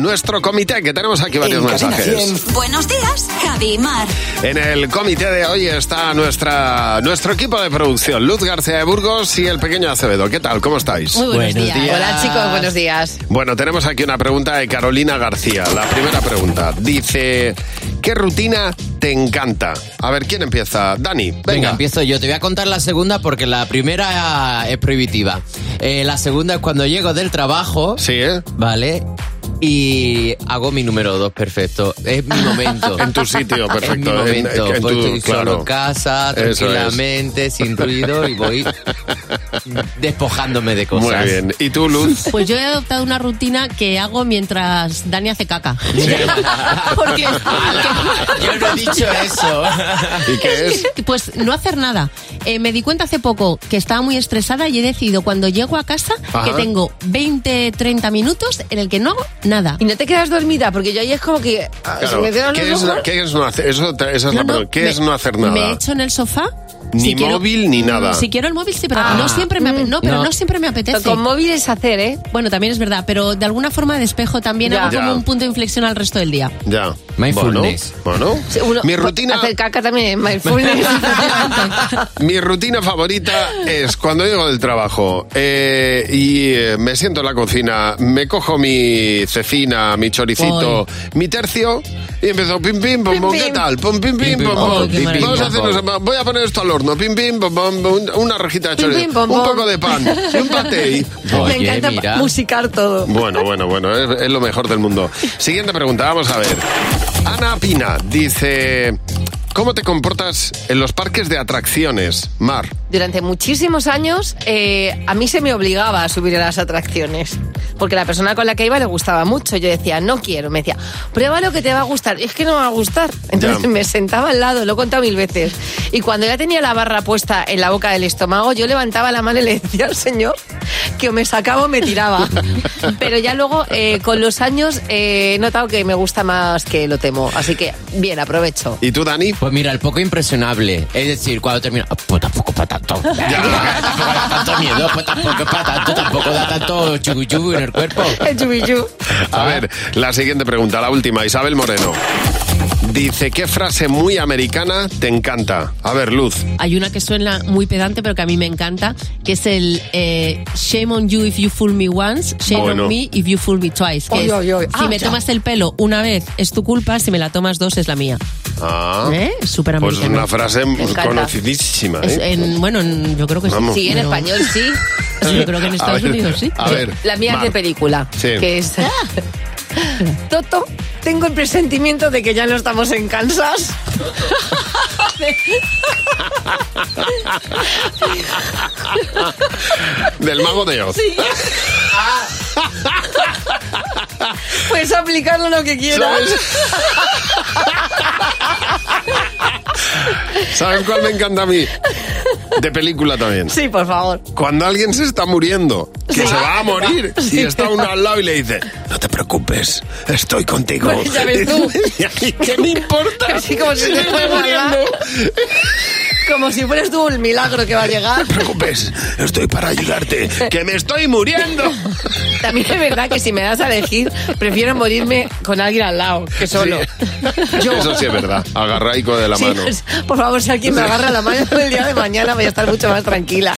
Nuestro comité, que tenemos aquí varios En Cadena mensajes. Buenos días, Javi y Mar. En el comité de hoy está nuestra, nuestro equipo de producción, Luz García de Burgos y el pequeño Acevedo. ¿Qué tal? ¿Cómo estáis? Muy buenos, días. Hola chicos, buenos días. Bueno, tenemos aquí una pregunta de Carolina García. La primera pregunta dice, ¿qué rutina te encanta? A ver, ¿quién empieza? Dani, venga. Venga, empiezo yo. Te voy a contar la segunda porque la primera es prohibitiva. Eh, la segunda es cuando llego del trabajo. Sí, ¿eh? Vale. Y hago mi número dos, perfecto. Es mi momento. En tu sitio, perfecto. Es mi En- momento. en Voy, tu- estoy claro. solo en casa, Eso es. tranquilamente, sin ruido y voy despojándome de cosas. Muy bien. ¿Y tú, Luz? Pues yo he adoptado una rutina que hago mientras Dani hace caca. Porque, Yo no he dicho eso. ¿Y qué es? pues no hacer nada. Eh, me di cuenta hace poco que estaba muy estresada y he decidido cuando llego a casa Ajá. que tengo 20, 30 minutos en el que no hago nada. Y no te quedas dormida, porque yo ahí es como que ah, se Claro, me cierran ¿Qué los es, ojos. qué es no hacer? Eso, te- esa es No, la no, pregunta. ¿Qué me- es no hacer nada? Me echo en el sofá. Ni quiero- móvil ni nada. Si quiero el móvil, sí, pero, Ah. no, siempre me, ape- no, pero No. no. siempre me apetece. Con móviles hacer, ¿eh? Bueno, también es verdad, pero de alguna forma despejo también Ya. hago Ya. como un punto de inflexión al resto del día. Ya. Mindfulness. Bueno, bueno. Sí, uno- mi rutina... Hacer caca también es mindfulness. Mi rutina favorita es cuando llego del trabajo eh, y eh, me siento en la cocina, me cojo mi cecina, mi choricito, mi tercio y empiezo pim pim pom Pim, pom, pim. Oh, ¿qué tal? Pom pim pim Pim, pim, pom pom, pom. pim, pim, Vamos a pom, hacernos- voy a poner esto al horno, pim pim pom pom, un- una rejita de Pim, chorizo, pim, pom, un pom. poco de pan y un paté. y- me Oye, encanta mira. musicar todo. Bueno, bueno, bueno, es, es lo mejor del mundo. Siguiente pregunta, vamos a ver. Ana Pina dice, ¿cómo te comportas en los parques de atracciones, Mar? Durante muchísimos años eh, a mí se me obligaba a subir a las atracciones. Porque la persona con la que iba le gustaba mucho. Yo decía, no quiero. Me decía, prueba lo que te va a gustar. Y es que no me va a gustar. Entonces Ya. me sentaba al lado, lo he contado mil veces. Y cuando ya tenía la barra puesta en la boca del estómago, yo levantaba la mano y le decía al señor que o me sacaba o me tiraba. Pero ya luego, eh, con los años, eh, he notado que me gusta más que lo temo. Así que, bien, aprovecho. ¿Y tú, Dani? Pues mira, el poco impresionable. Es decir, cuando termina. "Ah, Pues tampoco es para tanto. Tampoco da tanto miedo, pues tampoco es para tanto, tampoco da tanto chuguchugu en el cuerpo. El chubillú. A Ah. ver, la siguiente pregunta, la última, Isabel Moreno. Dice, ¿qué frase muy americana te encanta? A ver, Luz. Hay una que suena muy pedante, pero que a mí me encanta, que es el eh, Shame on you if you fool me once, shame Bueno. on me if you fool me twice. que Oy, es, oy, oy. Si Ah, me ya. tomas el pelo una vez es tu culpa, si me la tomas dos es la mía. Ah, ¿Eh? Súper pues es americano. una frase encanta. conocidísima. Es ¿eh? en- bueno, en- yo creo que sí. Vamos. Sí, en Pero- español sí. Sí, Yo creo que en A Estados ver, Unidos sí. A ver, La mía Mar. es de película. Sí. Que es. Ah. Toto, tengo el presentimiento de que ya no estamos en Kansas. Del mago de Oz. Puedes aplicarlo lo que quieras. ¿Sabes? ¿Sabes cuál me encanta a mí? De película también. Sí, por favor. Cuando alguien se está muriendo, que Sí. se va a morir, Sí. y está uno al lado y le dice, no te preocupes, estoy contigo. Pues ya ves tú. Y a mí, ¿Qué me importa? Así como si Me te estoy fuera a salvar. muriendo. Como si fueras tú el milagro que va a llegar. No te preocupes, estoy para ayudarte, que me estoy muriendo. También es verdad que si me das a elegir, prefiero morirme con alguien al lado que solo. Sí. Eso sí es verdad, agarraico de la Sí, pues, mano. por favor, si alguien me agarra la mano el día de mañana, voy a estar mucho más tranquila.